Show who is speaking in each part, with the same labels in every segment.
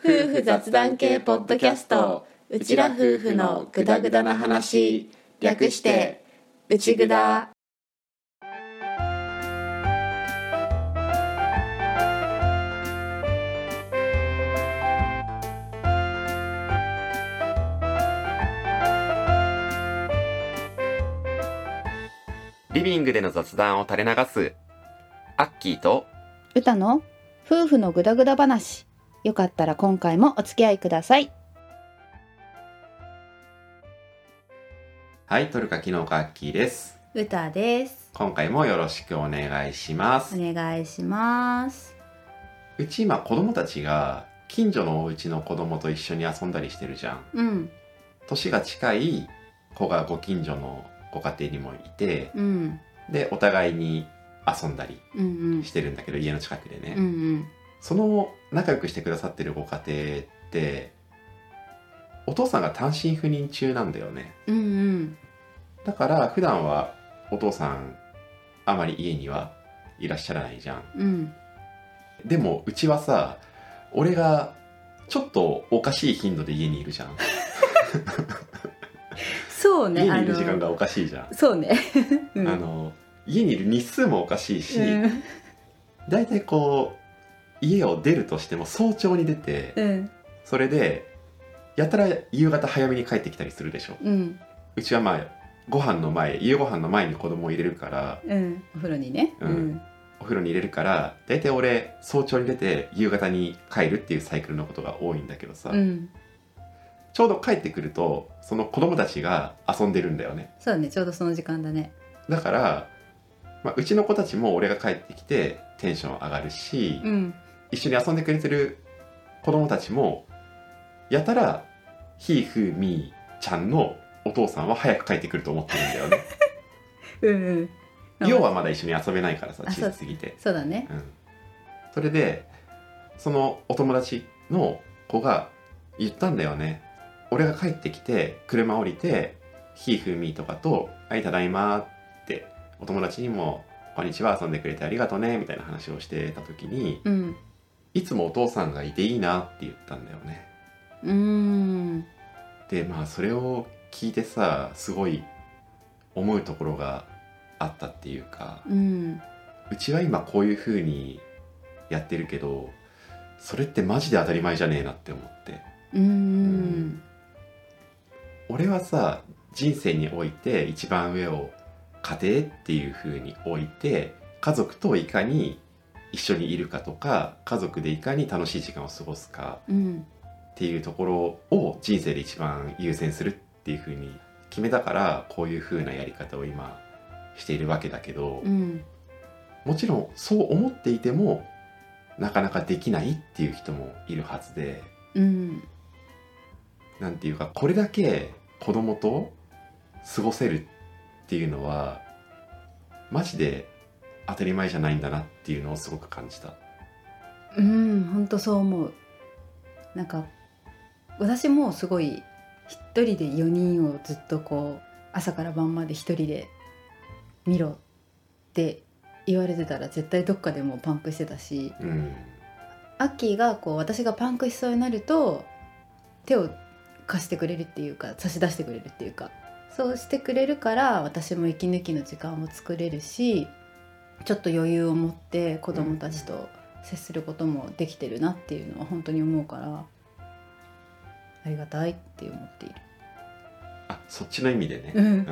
Speaker 1: 夫婦雑談系ポッドキャストうちら夫婦のグダグダな話略してうちぐだ
Speaker 2: リビングでの雑談を垂れ流す、アッキーと、
Speaker 3: 歌の夫婦のグダグダ話よかったら今回もお付き合いください
Speaker 2: はい、トルカキノカアッキーです。
Speaker 3: 歌です
Speaker 2: 今回もよろしくお願いします。
Speaker 3: お願いします
Speaker 2: うち今子供たちが、近所のお家の子供と一緒に遊んだりしてるじゃん。
Speaker 3: うん
Speaker 2: 年が近い子がご近所のご家庭にもいて、
Speaker 3: うん
Speaker 2: で、お互いに遊んだり
Speaker 3: うんうん
Speaker 2: してるんだけど、家の近くでね。
Speaker 3: うんうん
Speaker 2: その仲良くしてくださってるご家庭って、お父さんが単身赴任中なんだよね。
Speaker 3: うんうん
Speaker 2: だから普段はお父さんあまり家にはいらっしゃらないじゃん
Speaker 3: うん
Speaker 2: でもうちはさ俺がちょっとおかしい頻度で家にいるじゃん、
Speaker 3: そうね
Speaker 2: 家
Speaker 3: あ
Speaker 2: にいる時間
Speaker 3: の
Speaker 2: がおかしいじゃん、
Speaker 3: そう ねうん
Speaker 2: あの家にいる日数もおかしいし、
Speaker 3: うん
Speaker 2: だいたいこう家を出るとしても早朝に出て、
Speaker 3: うん
Speaker 2: それでやたら夕方早めに帰ってきたりするでしょ
Speaker 3: うん
Speaker 2: うちはまあご飯の前夕ご飯の前に子供を入れるから
Speaker 3: うんお風呂にね
Speaker 2: うんお風呂に入れるから大体俺早朝に出て夕方に帰るっていうサイクルのことが多いんだけどさ、
Speaker 3: うん
Speaker 2: ちょうど帰ってくるとその子供たちが遊んでるんだよね
Speaker 3: そうねちょうどその時間だね
Speaker 2: だから、まあ、うちの子たちも俺が帰ってきてテンション上がるし、
Speaker 3: うん
Speaker 2: 一緒に遊んでくれてる子供たちもやたらひーふーみーちゃんのお父さんは早く帰ってくると思ってるんだ よね
Speaker 3: うんうん
Speaker 2: 要はまだ一緒に遊べないからさ
Speaker 3: あ
Speaker 2: 小さすぎて
Speaker 3: そうだね
Speaker 2: うん、それでそのお友達の子が言ったんだよね俺が帰ってきて車降りて「ひーふーみー」とかと「はいただいま」ってお友達にも「こんにちは遊んでくれてありがとうね」みたいな話をしてた時に
Speaker 3: うん
Speaker 2: いつもお父さんがいていいなって言ったんだよね
Speaker 3: うん
Speaker 2: でまあそれを聞いてさすごい思うところがあったっていうか
Speaker 3: うん
Speaker 2: うちは今こういう風にやってるけどそれってマジで当たり前じゃねえなって思って
Speaker 3: うん
Speaker 2: 俺はさ人生において一番上を家庭っていう風に置いて家族といかに一緒にいるかとか家族でいかに楽しい時間を過ごすか
Speaker 3: うん
Speaker 2: っていうところを人生で一番優先するっていう風に決めたからこういう風なやり方を今しているわけだけど、
Speaker 3: うん
Speaker 2: もちろんそう思っていてもなかなかできないっていう人もいるはずで
Speaker 3: うん
Speaker 2: なんていうかこれだけ子供と過ごせるっていうのはマジで当たり前じゃないんだなっていうのをすごく感じた。
Speaker 3: うん本当そう思うなんか私もすごい一人で4人をずっとこう朝から晩まで一人で見ろって言われてたら絶対どっかでもうパンクしてたし
Speaker 2: うん、
Speaker 3: アッキーがこう私がパンクしそうになると手を貸してくれるっていうか差し出してくれるっていうかそうしてくれるから私も息抜きの時間を作れるしちょっと余裕を持って子供たちと接することもできてるなっていうのは本当に思うからありがたいって思っている。
Speaker 2: あそっちの意味でね、
Speaker 3: うん
Speaker 2: うん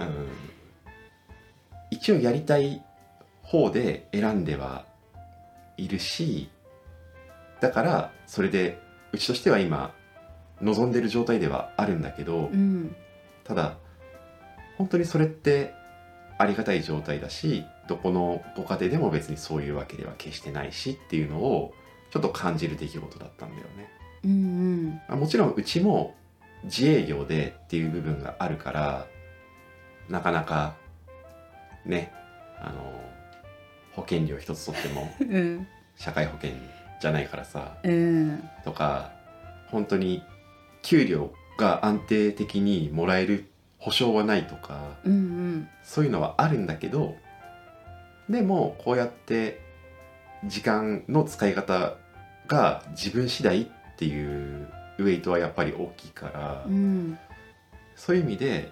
Speaker 2: 一応やりたい方で選んではいるしだからそれでうちとしては今望んでる状態ではあるんだけど、
Speaker 3: うん
Speaker 2: ただ本当にそれってありがたい状態だしどこのご家庭でも別にそういうわけでは決してないしっていうのをちょっと感じる出来事だったんだよね。
Speaker 3: うん
Speaker 2: まあもちろんうちも自営業でっていう部分があるからなかなかねあの保険料一つとっても
Speaker 3: うんうん
Speaker 2: 社会保険じゃないからさ
Speaker 3: うん
Speaker 2: とか本当に給料が安定的にもらえる保証はないとか
Speaker 3: うん
Speaker 2: そういうのはあるんだけどでもこうやって時間の使い方が自分次第っっていうウェイトはやっぱり大きいから、
Speaker 3: うん
Speaker 2: そういう意味で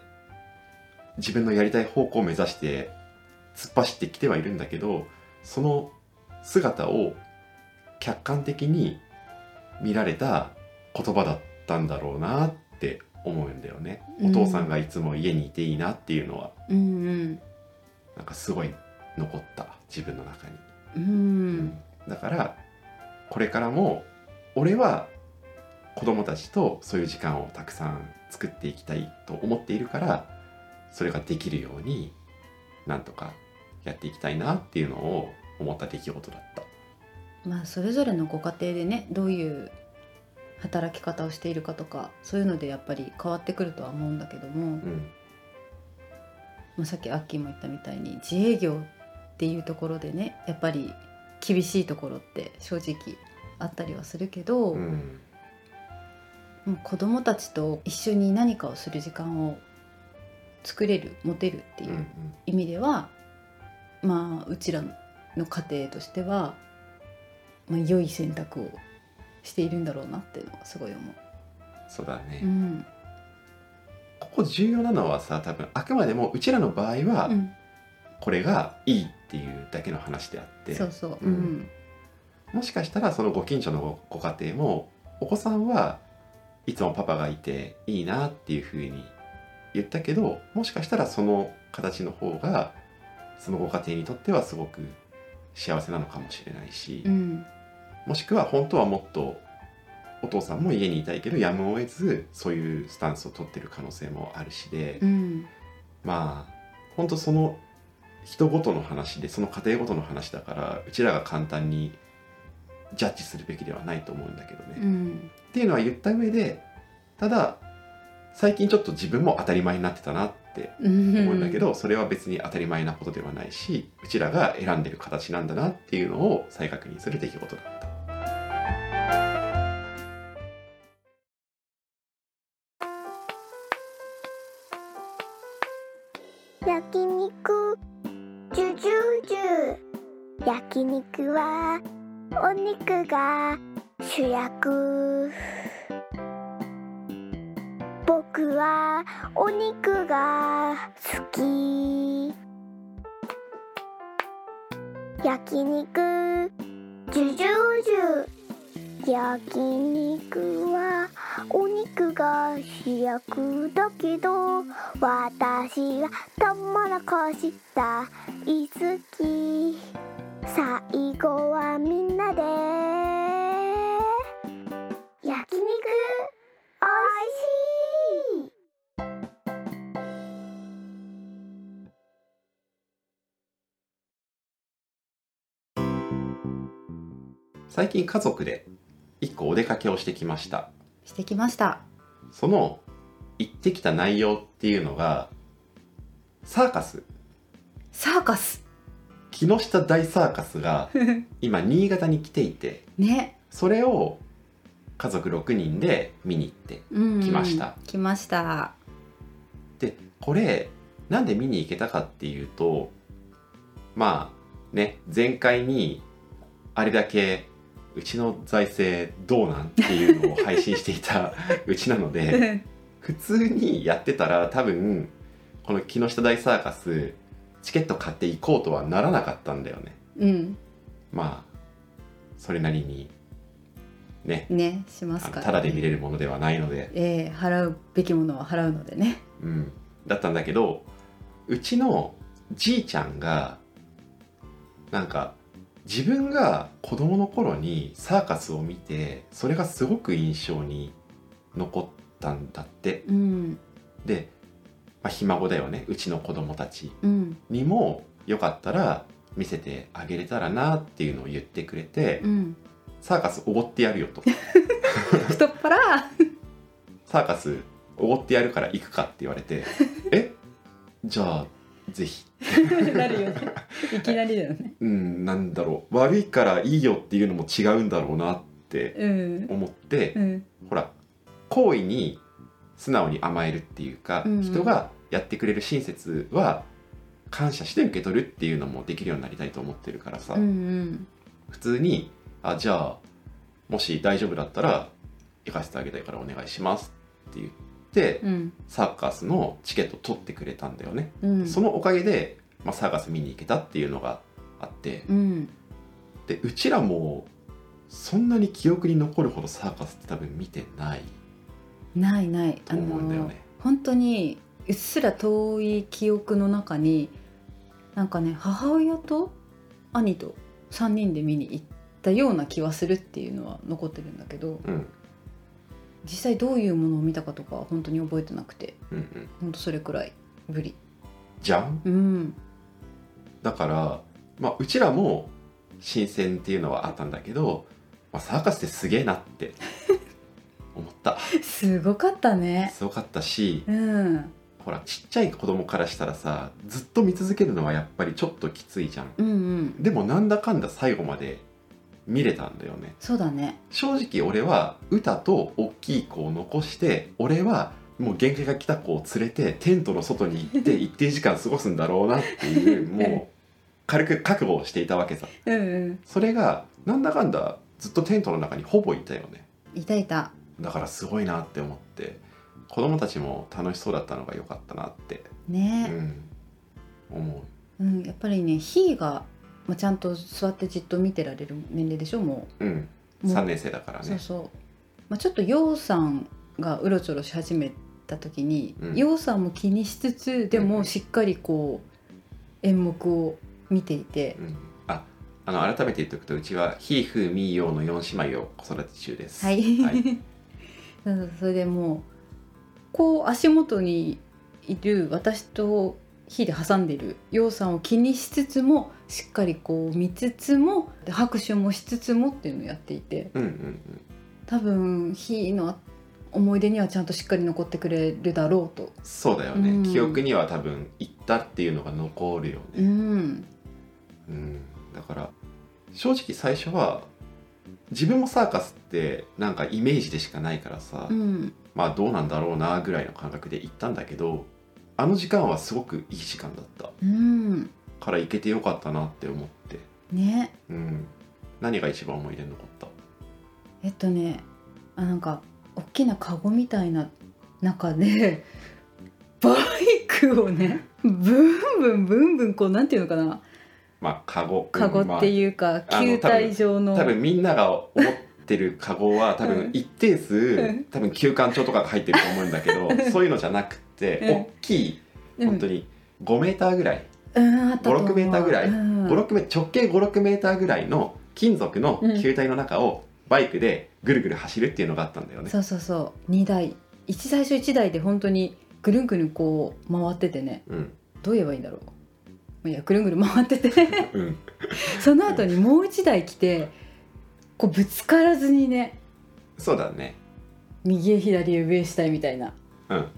Speaker 2: 自分のやりたい方向を目指して突っ走ってきてはいるんだけどその姿を客観的に見られた言葉だったんだろうなって思うんだよね、
Speaker 3: うん
Speaker 2: お父さんがいつも家にいていいなっていうのは
Speaker 3: うん
Speaker 2: なんかすごい残った自分の中に、
Speaker 3: うんうん
Speaker 2: だからこれからも俺は子供たちとそういう時間をたくさん作っていきたいと思っているからそれができるようになんとかやっていきたいなっていうのを思った出来事だった。
Speaker 3: まあそれぞれのご家庭でねどういう働き方をしているかとかそういうのでやっぱり変わってくるとは思うんだけども、
Speaker 2: うん
Speaker 3: まあ、さっきアッキーも言ったみたいに自営業っていうところでねやっぱり厳しいところって正直あったりはするけど、
Speaker 2: うん
Speaker 3: もう子供たちと一緒に何かをする時間を作れる持てるって
Speaker 2: う
Speaker 3: い
Speaker 2: んう
Speaker 3: うん意味では、まあうちらの家庭としては、まあ、良い選択をしているんだろうなっていうのはすごい思
Speaker 2: そうだね、
Speaker 3: う。うん
Speaker 2: ここ重要なのはさ多分あくまでもうちらの場合は
Speaker 3: うん、
Speaker 2: これがいいっていうだけの話であって、
Speaker 3: そうそう、
Speaker 2: うんもしかしたらそのご近所のごご家庭もお子さんはいつもパパがいていいなっていうふうに言ったけどもしかしたらその形の方がそのご家庭にとってはすごく幸せなのかもしれないし、
Speaker 3: うん
Speaker 2: もしくは本当はもっとお父さんも家にいたいけどやむを得ずそういうスタンスを取ってる可能性もあるしで、
Speaker 3: うん
Speaker 2: まあ本当その人ごとの話でその家庭ごとの話だからうちらが簡単にジャッジするべきではないと思うんだけどね。
Speaker 3: う
Speaker 2: っ
Speaker 3: ん
Speaker 2: ていうのは言った上でただ最近ちょっと自分も当たり前になってたなって
Speaker 3: うん
Speaker 2: 思うんだけど、それは別に当たり前なことではないしうちらが選んでる形なんだなっていうのを再確認する出来事だった。
Speaker 4: 焼肉ジュジュジュ焼肉はお肉が主役僕はお肉が好き焼肉ジュジュジュ焼肉はお肉が主役だけど私はトウモロコシ大好き最後はみんなで焼肉おいしい
Speaker 2: 最近家族で一個お出かけをしてきました。
Speaker 3: してきました
Speaker 2: その行ってきた内容っていうのがサーカス
Speaker 3: サーカス
Speaker 2: 木下大サーカスが今新潟に来ていて
Speaker 3: ね
Speaker 2: それを家族6人で見に行って
Speaker 3: うん
Speaker 2: 来ました
Speaker 3: 来ました
Speaker 2: でこれなんで見に行けたかっていうとまあね前回にあれだけうちの財政どうなんっていうのを配信していたうちなので普通にやってたら多分この木下大サーカスチケット買っていこうとはならなかったんだよね
Speaker 3: うん
Speaker 2: まあそれなりにね
Speaker 3: ねします
Speaker 2: あ
Speaker 3: から、ね、
Speaker 2: のただで見れるものではないので、
Speaker 3: ええ払うべきものは払うのでね
Speaker 2: うん、だったんだけどうちのじいちゃんがなんか自分が子供の頃にサーカスを見てそれがすごく印象に残ったんだって
Speaker 3: うん
Speaker 2: で、まあ、ひ孫だよねうちの子供たち
Speaker 3: うん
Speaker 2: にもよかったら見せてあげれたらなっていうのを言ってくれて、
Speaker 3: うん
Speaker 2: サーカスおごってやるよと
Speaker 3: 太っ腹
Speaker 2: サーカスおごってやるから行くかって言われて えじゃあぜひ
Speaker 3: なるよねいきなりだよね
Speaker 2: うんなんだろう悪いからいいよっていうのも違うんだろうなって
Speaker 3: うん
Speaker 2: 思って、
Speaker 3: うん
Speaker 2: ほら好意に素直に甘えるっていうか、
Speaker 3: うんうん
Speaker 2: 人がやってくれる親切は感謝して受け取るっていうのもできるようになりたいと思ってるからさ、
Speaker 3: うんうん
Speaker 2: 普通にあじゃあもし大丈夫だったら行かせてあげたいからお願いしますって言って、
Speaker 3: うん
Speaker 2: サーカスのチケット取ってくれたんだよね、
Speaker 3: うん
Speaker 2: そのおかげで、まあ、サーカス見に行けたっていうのがあって、
Speaker 3: うん
Speaker 2: でうちらもそんなに記憶に残るほどサーカスって多分見てない
Speaker 3: ないない
Speaker 2: と思うんだよね
Speaker 3: 本当にうっすら遠い記憶の中になんかね母親と兄と3人で見に行ったような気はするっていうのは残ってるんだけど
Speaker 2: うん
Speaker 3: 実際どういうものを見たかとかは本当に覚えてなくて
Speaker 2: うんうん
Speaker 3: 本当それくらいぶり
Speaker 2: じゃん
Speaker 3: うん
Speaker 2: だから、まあ、うちらも新鮮っていうのはあったんだけど、まあ、サーカスってすげえなって 思った
Speaker 3: すごかったね
Speaker 2: すごかったし
Speaker 3: うん
Speaker 2: ほらちっちゃい子供からしたらさずっと見続けるのはやっぱりちょっときついじゃん
Speaker 3: うんうん
Speaker 2: でもなんだかんだ最後まで見れたんだよね
Speaker 3: そうだね
Speaker 2: 正直俺は歌と大きい子を残して俺はもう限界が来た子を連れてテントの外に行っ て一定時間過ごすんだろうなっていうもう軽く覚悟をしていたわけさ
Speaker 3: うんうん
Speaker 2: それがなんだかんだずっとテントの中にほぼいたよね
Speaker 3: いたいた
Speaker 2: だからすごいなって思って子供たちも楽しそうだったのが良かったなって、う
Speaker 3: ね、
Speaker 2: ん、思
Speaker 3: うん、やっぱりねひーが、まあ、ちゃんと座ってじっと見てられる年齢でしょもう
Speaker 2: う、うん、
Speaker 3: もう
Speaker 2: 3年生だから
Speaker 3: そう
Speaker 2: ね
Speaker 3: そう、まあ、ちょっと陽さんがうろちょろし始めた時に
Speaker 2: うん
Speaker 3: 陽、さんも気にしつつで
Speaker 2: うんう
Speaker 3: も
Speaker 2: ん
Speaker 3: しっかりこう演目を見ていて、
Speaker 2: うん、ああの改めて言っておくとうちはひーふーみーようの4姉妹を子育て中です
Speaker 3: はい、
Speaker 2: はい
Speaker 3: そうそうそれでもうこう足元にいる私と火で挟んでる陽さんを気にしつつもしっかりこう見つつもで拍手もしつつもっていうのをやっていて
Speaker 2: うんうんうん
Speaker 3: 多分火の思い出にはちゃんとしっかり残ってくれるだろうと
Speaker 2: そうだよね、
Speaker 3: うん
Speaker 2: 記憶には多分行ったっていうのが残るよ
Speaker 3: う
Speaker 2: ね、
Speaker 3: ん、
Speaker 2: うんだから正直最初は自分もサーカスってなんかイメージでしかないからさ、
Speaker 3: うん、
Speaker 2: まあどうなんだろうなぐらいの感覚で行ったんだけどあの時間はすごくいい時間だった
Speaker 3: うん、
Speaker 2: から行けてよかったなって思って、
Speaker 3: ね
Speaker 2: うん、何が一番思い出に残った
Speaker 3: えっとねあなんか大きなカゴみたいな中で バイクをねブンブンブンブンこうなんていうのかな
Speaker 2: まあカゴ
Speaker 3: カゴって
Speaker 2: う
Speaker 3: いうか
Speaker 2: あの
Speaker 3: 球体状の
Speaker 2: んまあ多分みんなが思ってるカゴは多
Speaker 3: うん
Speaker 2: 分一定数、
Speaker 3: うん
Speaker 2: 多分休館帳とかが入ってると思うんだけどそういうのじゃなくて、
Speaker 3: うん
Speaker 2: 大きい本当
Speaker 3: に
Speaker 2: に5メーターぐらい、
Speaker 3: うんあったと思う
Speaker 2: 5 6メーターぐらい
Speaker 3: うん
Speaker 2: 5 6メ直径56メーターぐらいの金属の球体の中をバイクでぐるぐる走るっていうのがあったんだよね。
Speaker 3: そうそうそう2台一最初1台で本当にぐるんぐるんこう回っててね
Speaker 2: うん、
Speaker 3: どう言えばいいんだろうまあいやぐるんぐるん回ってて
Speaker 2: うん、
Speaker 3: その後にもう一台来てこうぶつからずにね
Speaker 2: そうだね。
Speaker 3: 右へ左へ上下へみたいな
Speaker 2: うん、うん。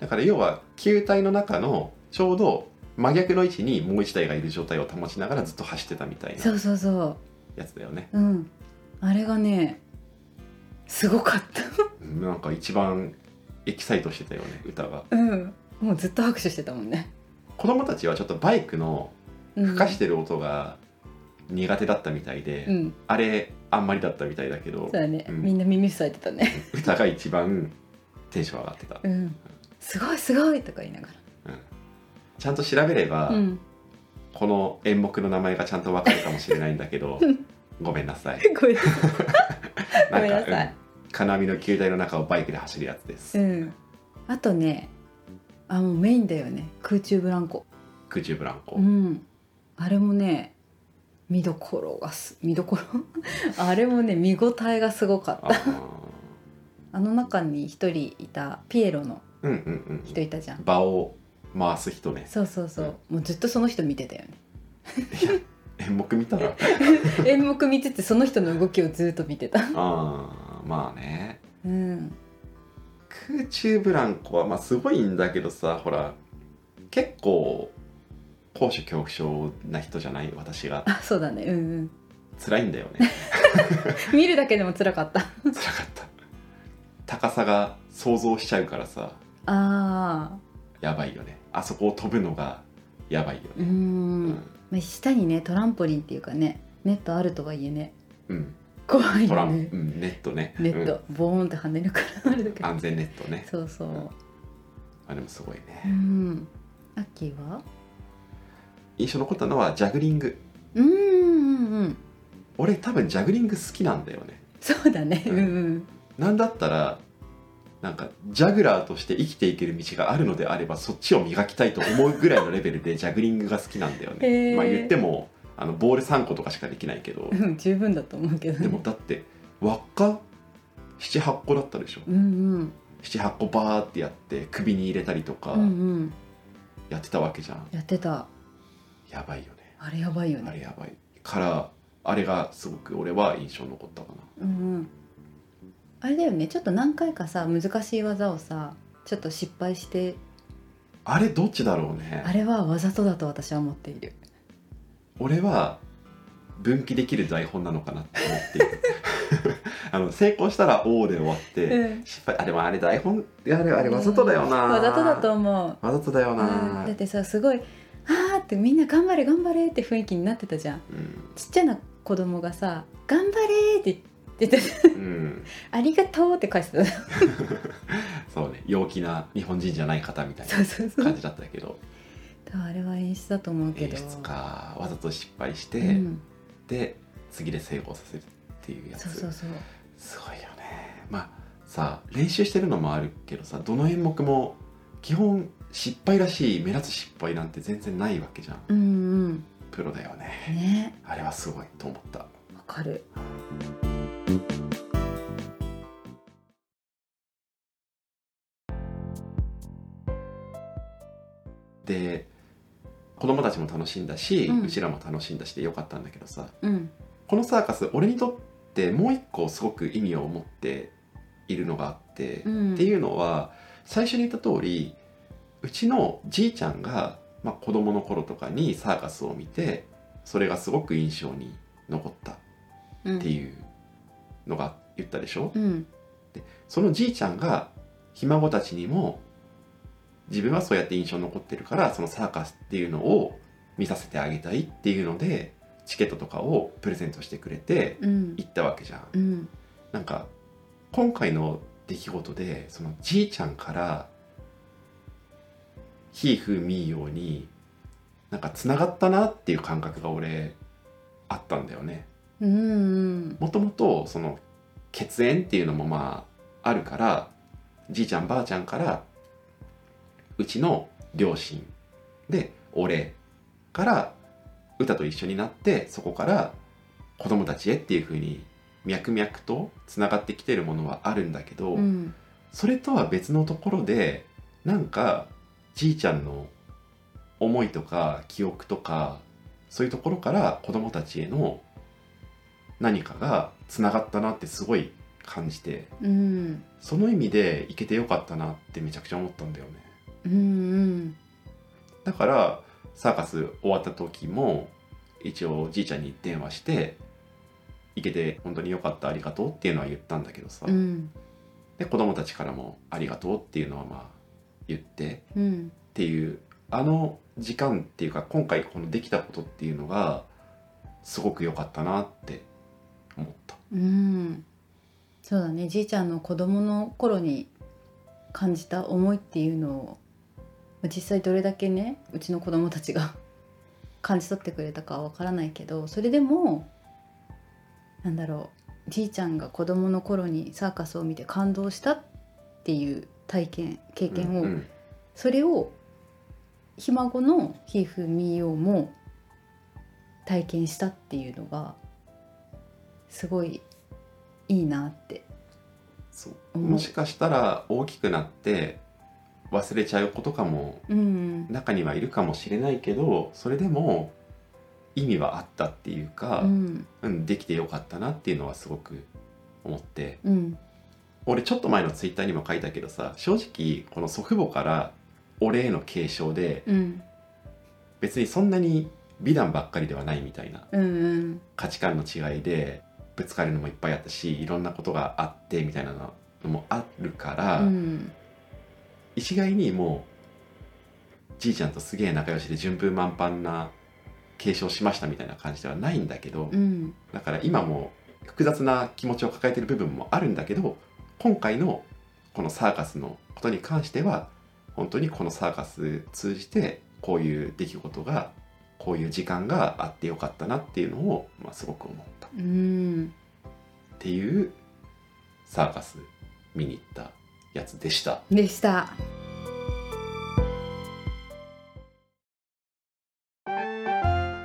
Speaker 2: だから要は球体の中のちょうど真逆の位置にもう一台がいる状態を保ちながらずっと走ってたみたいな
Speaker 3: そうそうそ
Speaker 2: やつだよね。
Speaker 3: ううんあれがねすごかっ
Speaker 2: うんなんか一番エキサイトしてたよね歌が。
Speaker 3: た うんもうずっと拍手してたもんね、
Speaker 2: 子供たちはちょっとバイクの
Speaker 3: うん、
Speaker 2: 吹かしてる音が苦手だったみたいで、
Speaker 3: うん
Speaker 2: あれあんまりだったみたいだけど
Speaker 3: そうだね、
Speaker 2: うん
Speaker 3: みんな耳塞いでたね
Speaker 2: 歌が一番テンション上がってた、
Speaker 3: うんすごいすごいとか言いなが
Speaker 2: ちゃんと調べれば、
Speaker 3: らうん
Speaker 2: この演目の名前がちゃんとわかるかもしれないんだけどごめんなさ い
Speaker 3: ごめんなさい
Speaker 2: な
Speaker 3: ごめん
Speaker 2: ん
Speaker 3: な
Speaker 2: か
Speaker 3: さい
Speaker 2: うん金網の球体の中をバイクで走るやつです、
Speaker 3: うんあとねあもうメインだよね空中ブランコ
Speaker 2: 空中ブランコ、
Speaker 3: うん、あれもね見どころがす見どころ あれもね見応えがすごかった
Speaker 2: あー
Speaker 3: あの中に一人いたピエロの
Speaker 2: うんうんうん
Speaker 3: 人いたじゃん
Speaker 2: 場を回す人ね
Speaker 3: そうそうそうもうずっとその人見てたよ ね
Speaker 2: 演目見たら
Speaker 3: 演目見ててその人の動きをずっと見てた
Speaker 2: あーまあね
Speaker 3: うん
Speaker 2: 空中ブランコはまあすごいんだけどさほら結構高所恐怖症な人じゃない私が
Speaker 3: あそうだねうんうん
Speaker 2: 辛いんだよ ね
Speaker 3: 見るだけでも辛かった
Speaker 2: 辛かった高さが想像しちゃうからさ
Speaker 3: あ
Speaker 2: やばいよねあそこを飛ぶのがやばいよ
Speaker 3: ーう
Speaker 2: ね
Speaker 3: ん、まあ、下にねトランポリンっていうかねネットあるとはいえね
Speaker 2: うん
Speaker 3: 怖い
Speaker 2: トラ
Speaker 3: よ
Speaker 2: ン、
Speaker 3: ね
Speaker 2: うん、ネットね
Speaker 3: ネット、ボーンって跳ねるからあれだけ
Speaker 2: うん
Speaker 3: ど
Speaker 2: 安全ネットね
Speaker 3: そうそう
Speaker 2: あでもすごいうね
Speaker 3: んアッキーは
Speaker 2: 印象残ったのはジャグリング
Speaker 3: うんうんうん
Speaker 2: 俺多分ジャグリング好きなんだよね
Speaker 3: そうだね
Speaker 2: う
Speaker 3: うんんうん
Speaker 2: なんだったらなんかジャグラーとして生きていける道があるのであればそっちを磨きたいと思うぐらいのレベルで ジャグリングが好きなんだよ
Speaker 3: へ
Speaker 2: ね。
Speaker 3: ー
Speaker 2: まあ言ってもあのボール3個とかしかできない けど
Speaker 3: うん十分だと思うけど
Speaker 2: で
Speaker 3: ね
Speaker 2: もだって輪っか78個だったでしょ
Speaker 3: うんうん
Speaker 2: 78個バーってやって首に入れたりとか
Speaker 3: うんうん
Speaker 2: やってたわけじゃん
Speaker 3: やってた
Speaker 2: やばいよね
Speaker 3: あれやばいよ
Speaker 2: あれ
Speaker 3: ね
Speaker 2: やばいからあれがすごく俺は印象に残ったかな
Speaker 3: うんうんあれだよねちょっと何回かさ難しい技をさちょっと失敗して
Speaker 2: あれどっちだろうね
Speaker 3: あれはわざとだと私は思っている
Speaker 2: 俺は分岐できる台本なのかなって思っている あの成功したら「おーで終わって、
Speaker 3: うん
Speaker 2: 失敗あでもあれ台本いやあれあれわざとだよな、
Speaker 3: わざとだと思う
Speaker 2: わざとだよ
Speaker 3: うん
Speaker 2: な、
Speaker 3: だってさすごい「あー」ってみんな「頑張れ頑張れ」って雰囲気になってたじゃん
Speaker 2: うん
Speaker 3: ちっちゃな子供がさ「頑張れ」って言ってた
Speaker 2: うん
Speaker 3: ありがとう」って返してた
Speaker 2: そうね陽気な日本人じゃない方みたい
Speaker 3: そうそう
Speaker 2: な
Speaker 3: そう
Speaker 2: 感じだったけど
Speaker 3: 多分あれは演出だと思うけ
Speaker 2: 演
Speaker 3: ど
Speaker 2: 出かわざと失敗して、
Speaker 3: うん、
Speaker 2: で次で成功させるっていうやつ
Speaker 3: そうそうそう
Speaker 2: すごいよねまあさ練習してるのもあるけどさどの演目も基本失敗らしい目立つ失敗なんて全然ないわけじゃん
Speaker 3: うんうん
Speaker 2: プロだよね
Speaker 3: ね
Speaker 2: あれはすごいと思った
Speaker 3: わかる
Speaker 2: で子供たちも楽しんだし、う
Speaker 3: うん
Speaker 2: ちらも楽しんだしでよかったんだけどさ
Speaker 3: うん
Speaker 2: このサーカス俺にとってもう一個すごく意味を持っているのがあって、
Speaker 3: うん
Speaker 2: っていうのは最初に言った通りうちのじいちゃんが、まあ、子供の頃とかにサーカスを見てそれがすごく印象に残ったっ
Speaker 3: うん
Speaker 2: ていうのが言ったでしょ、
Speaker 3: うん
Speaker 2: そのじいちゃんがひ孫たちにも自分はそうやって印象に残ってるからそのサーカスっていうのを見させてあげたいっていうのでチケットとかをプレゼントしてくれて
Speaker 3: うん
Speaker 2: 行ったわけじゃん。
Speaker 3: うん
Speaker 2: なんか今回の出来事でそのじいちゃんから「ひーふーみーよう」になんかつながったなっていう感覚が俺あったんだよね。
Speaker 3: うん
Speaker 2: もともとその血縁っていうのもまああるからじいちゃんばあちゃんからうちの両親で俺から歌と一緒になってそこから子供たちへっていうふうに脈々とつながってきてるものはあるんだけど、
Speaker 3: うん
Speaker 2: それとは別のところでなんかじいちゃんの思いとか記憶とかそういうところから子供たちへの何かがつながったなってすごい感じて
Speaker 3: うん
Speaker 2: その意味でいけてよかったなってめちゃくちゃ思ったんだよね
Speaker 3: うん
Speaker 2: だからサーカス終わった時も一応じいちゃんに電話して「行けて本当によかったありがとう」っていうのは言ったんだけどさ、
Speaker 3: うん
Speaker 2: で子供たちからも「ありがとう」っていうのはまあ言って
Speaker 3: うん
Speaker 2: っていうあの時間っていうか今回このできたことっていうのがすごく良かったなって思った
Speaker 3: うんそうだねじいちゃんの子供の頃に感じた思いっていうのをまあ実際どれだけねうちの子供たちが 感じ取ってくれたかはわからないけどそれでもなんだろうじいちゃんが子供の頃にサーカスを見て感動したっていう体験経験を、
Speaker 2: うんうん
Speaker 3: それをひ孫のひふみようも体験したっていうのがすごいいいなって
Speaker 2: そう
Speaker 3: 思う
Speaker 2: もしかしたら大きくなって忘れちゃう子とかも
Speaker 3: うん
Speaker 2: 中にはいるかもしれないけどそれでも意味はあったっていうか、
Speaker 3: うん
Speaker 2: うん、できてよかったなっていうのはすごく思って
Speaker 3: うん
Speaker 2: 俺ちょっと前のツイッターにも書いたけどさ正直この祖父母から俺への継承で
Speaker 3: うん
Speaker 2: 別にそんなに美談ばっかりではないみたいな
Speaker 3: うんうん
Speaker 2: 価値観の違いでぶつかるのもいっぱいあったしいろんなことがあってみたいなのもあるから、
Speaker 3: うん
Speaker 2: 一概にもうじいちゃんとすげえ仲良しで順風満帆な継承しましたみたいな感じではないんだけど、
Speaker 3: うん
Speaker 2: だから今も複雑な気持ちを抱えている部分もあるんだけど今回のこのサーカスのことに関しては本当にこのサーカス通じてこういう出来事がこういう時間があってよかったなっていうのを、まあ、すごく思ったっ
Speaker 3: うん
Speaker 2: ていうサーカス見に行ったやつでした。
Speaker 3: でした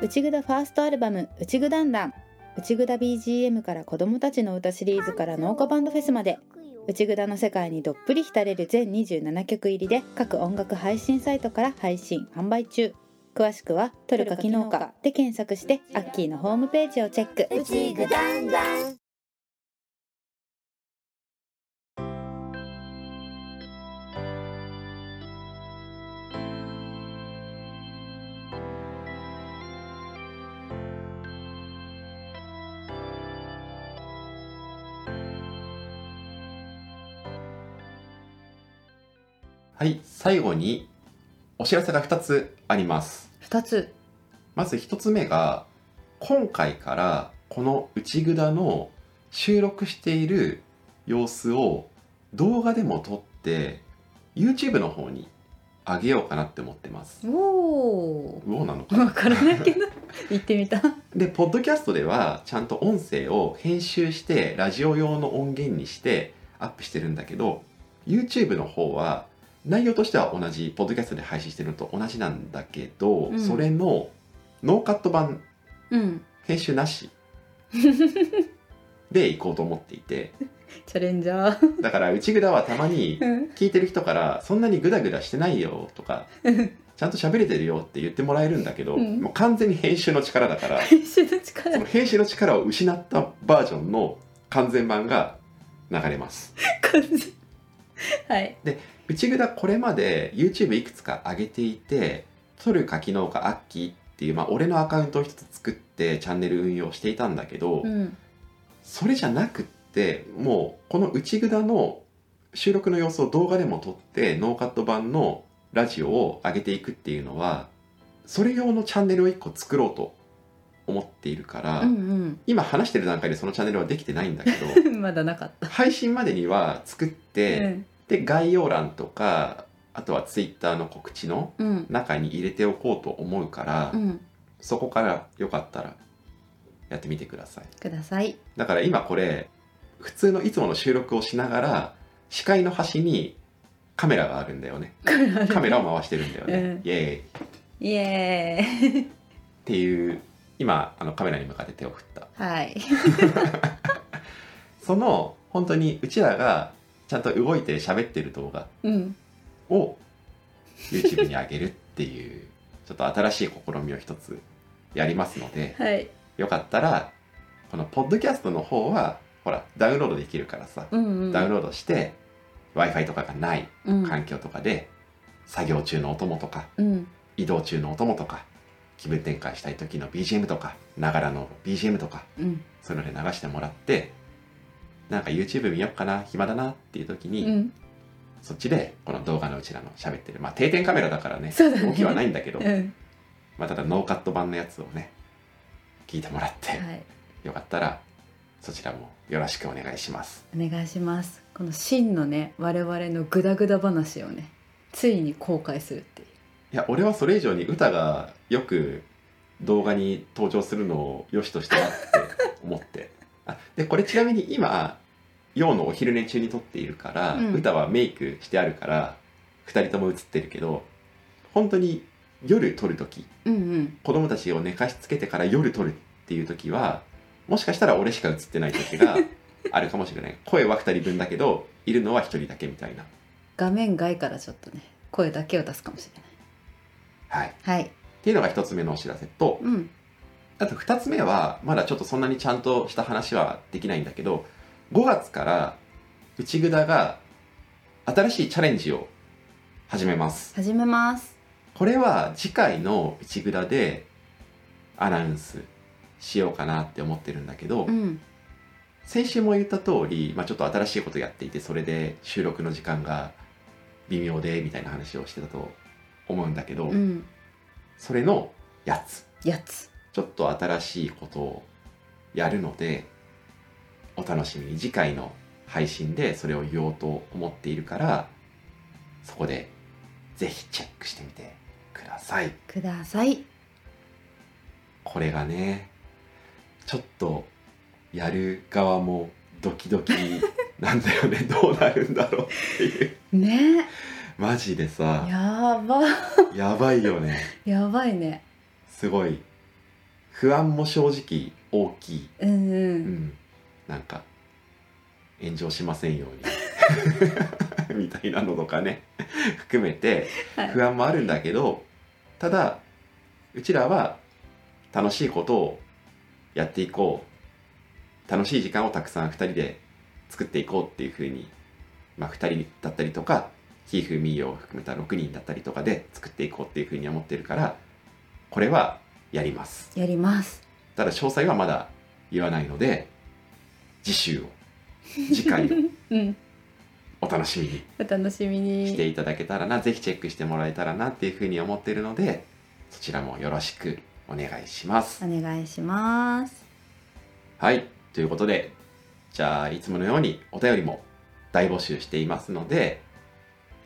Speaker 3: 内ぐだファーストアルバム「内ぐだんだん」内ぐだ BGM から子どもたちの歌シリーズから農家バンドフェスまで内ぐだの世界にどっぷり浸れる全27曲入りで各音楽配信サイトから配信販売中詳しくは「トルカ機能か」で検索してアッキーのホームページをチェック
Speaker 4: うちぐだんだん
Speaker 2: はい、最後にお知らせが2つあります。
Speaker 3: 2つ
Speaker 2: まず1つ目が今回からこの「内ぐだ」の収録している様子を動画でも撮って YouTube の方に上げようかなって思ってます。
Speaker 3: おー
Speaker 2: うおなのか
Speaker 3: わ
Speaker 2: な
Speaker 3: からないけど行ってみた
Speaker 2: でポッドキャストではちゃんと音声を編集してラジオ用の音源にしてアップしてるんだけど YouTube の方は内容としては同じポッドキャストで配信してるのと同じなんだけど、
Speaker 3: うん
Speaker 2: それのノーカット版
Speaker 3: うん
Speaker 2: 編集なしで行こうと思っていて
Speaker 3: チャレンジャー
Speaker 2: だから内ぐだはたまに
Speaker 3: うん
Speaker 2: 聞いてる人から「そんなにグダグダしてないよ」とか 「ちゃんと喋れてるよ」って言ってもらえるんだけど、
Speaker 3: うん
Speaker 2: もう完全に編集の力だから
Speaker 3: 編集の力
Speaker 2: その編集の力を失ったバージョンの完全版が流れます
Speaker 3: 感じはい
Speaker 2: 内ぐだこれまで YouTube いくつか上げていて「撮るか機能かアッキー」っていう、まあ、俺のアカウントを一つ作ってチャンネル運用していたんだけど、
Speaker 3: うん
Speaker 2: それじゃなくってもうこの内ぐだの収録の様子を動画でも撮ってノーカット版のラジオを上げていくっていうのはそれ用のチャンネルを1個作ろうと思っているから、
Speaker 3: うん
Speaker 2: 今話してる段階でそのチャンネルはできてないんだけど
Speaker 3: うん まだなかった
Speaker 2: 配信までには作っ
Speaker 3: う
Speaker 2: て、
Speaker 3: ん
Speaker 2: で概要欄とかあとは Twitter の告知の
Speaker 3: うん
Speaker 2: 中に入れておこうと思うから、
Speaker 3: うん
Speaker 2: そこからよかったらやってみてください。
Speaker 3: ください
Speaker 2: だから今これ普通のいつもの収録をしながら視界の端にカメラがあるんだよねカメラを回してるんだよね、
Speaker 3: うん
Speaker 2: イエーイっ
Speaker 3: イエーイ
Speaker 2: ていう今あのカメラに向かって手を振った
Speaker 3: はい
Speaker 2: その本当にうちらがちゃんと動いて喋ってる動画
Speaker 3: うん
Speaker 2: を YouTube に上げるっていうちょっと新しい試みを一つやりますので
Speaker 3: はい
Speaker 2: よかったらこのポッドキャストの方はほらダウンロードできるからさ、
Speaker 3: うんうん
Speaker 2: ダウンロードして w i f i とかがない
Speaker 3: うん
Speaker 2: 環境とかで作業中のお供とか
Speaker 3: うん
Speaker 2: 移動中のお供とか気分転換したい時の BGM とかながらの BGM とか
Speaker 3: うん
Speaker 2: そういうので流してもらってなんか YouTube 見よっかな暇だなっていう時に、
Speaker 3: うん
Speaker 2: そっちでこの動画のうちらの喋ってるまあ定点カメラだからね
Speaker 3: そうだね
Speaker 2: 動きはないんだけど、
Speaker 3: うん
Speaker 2: まあ、ただノーカット版のやつをね聞いてもらって、
Speaker 3: はい
Speaker 2: よかったらそちらもよろしくお願いします。
Speaker 3: お願いしますこの真のね我々のグダグダ話をねついに公開するっていう
Speaker 2: いや俺はそれ以上に歌がよく動画に登場するのを良しとしたなって思って あでこれちなみに今陽のお昼寝中に撮っているから、
Speaker 3: うん
Speaker 2: 歌はメイクしてあるから2人とも映ってるけど本当に夜撮る時
Speaker 3: うん
Speaker 2: 子供たちを寝かしつけてから夜撮るっていう時はもしかしたら俺しか映ってない 時があるかもしれない声は2人分だけどいるのは1人だけみたいな
Speaker 3: 画面外からちょっとね声だけを出すかもしれ
Speaker 2: はい
Speaker 3: な
Speaker 2: っ
Speaker 3: いはい
Speaker 2: ていうのが1つ目のお知らせと、
Speaker 3: うん
Speaker 2: あと2つ目はまだちょっとそんなにちゃんとした話はできないんだけど5月から内ぐだが新しいチャレンジを始めます
Speaker 3: 始めます
Speaker 2: これは次回の内ぐだでアナウンスしようかなって思ってるんだけど、
Speaker 3: うん
Speaker 2: 先週も言った通り、まあ、ちょっと新しいことやっていてそれで収録の時間が微妙でみたいな話をしてたと思うんだけど、
Speaker 3: うん
Speaker 2: それのやつ
Speaker 3: やつ
Speaker 2: ちょっと新しいことをやるのでお楽しみに次回の配信でそれを言おうと思っているからそこでぜひチェックしてみてください
Speaker 3: ください
Speaker 2: これがねちょっとやる側もドキドキなんだよね どうなるんだろうっていう
Speaker 3: ね
Speaker 2: マジでさ
Speaker 3: やば
Speaker 2: やばいよね
Speaker 3: やばいね
Speaker 2: すごい不安も正直大きい
Speaker 3: うんう
Speaker 2: うんんなんか炎上しませんように みたいなのとかね含めて
Speaker 3: はい
Speaker 2: 不安もあるんだけどただうちらは楽しいことをやっていこう楽しい時間をたくさん2人で作っていこうっていうふうに、まあ、2人だったりとかひーふーみーよを含めた6人だったりとかで作っていこうっていうふうに思ってるからこれはやります。
Speaker 3: やります
Speaker 2: ただ詳細はまだ言わないので次 週を次回を
Speaker 3: うん
Speaker 2: お楽しみに
Speaker 3: お楽しみ
Speaker 2: し
Speaker 3: に
Speaker 2: ていただけたらなぜひチェックしてもらえたらなっていうふうに思っているのでそちらもよろしくお願いします
Speaker 3: お。願いします
Speaker 2: はいということでじゃあいつものようにお便りも大募集していますので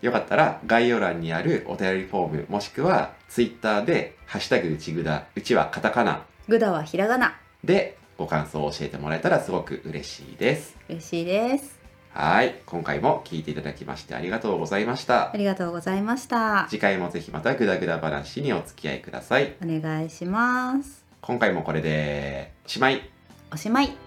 Speaker 2: よかったら概要欄にあるお便りフォームもしくは Twitter で「ハッシュタグうちぐだ」うちはカタカナ
Speaker 3: グダはひらがな
Speaker 2: でご感想を教えてもらえたらすごく嬉しいです。
Speaker 3: 嬉しいです
Speaker 2: はい。今回も聞いていただきましてありがとうございまし
Speaker 3: あ
Speaker 2: た。
Speaker 3: りがとうございました
Speaker 2: 次回もぜひまたグダグダ話にお付き合いください。
Speaker 3: お願いします
Speaker 2: 今回もこれで、おしまい。
Speaker 3: おしまい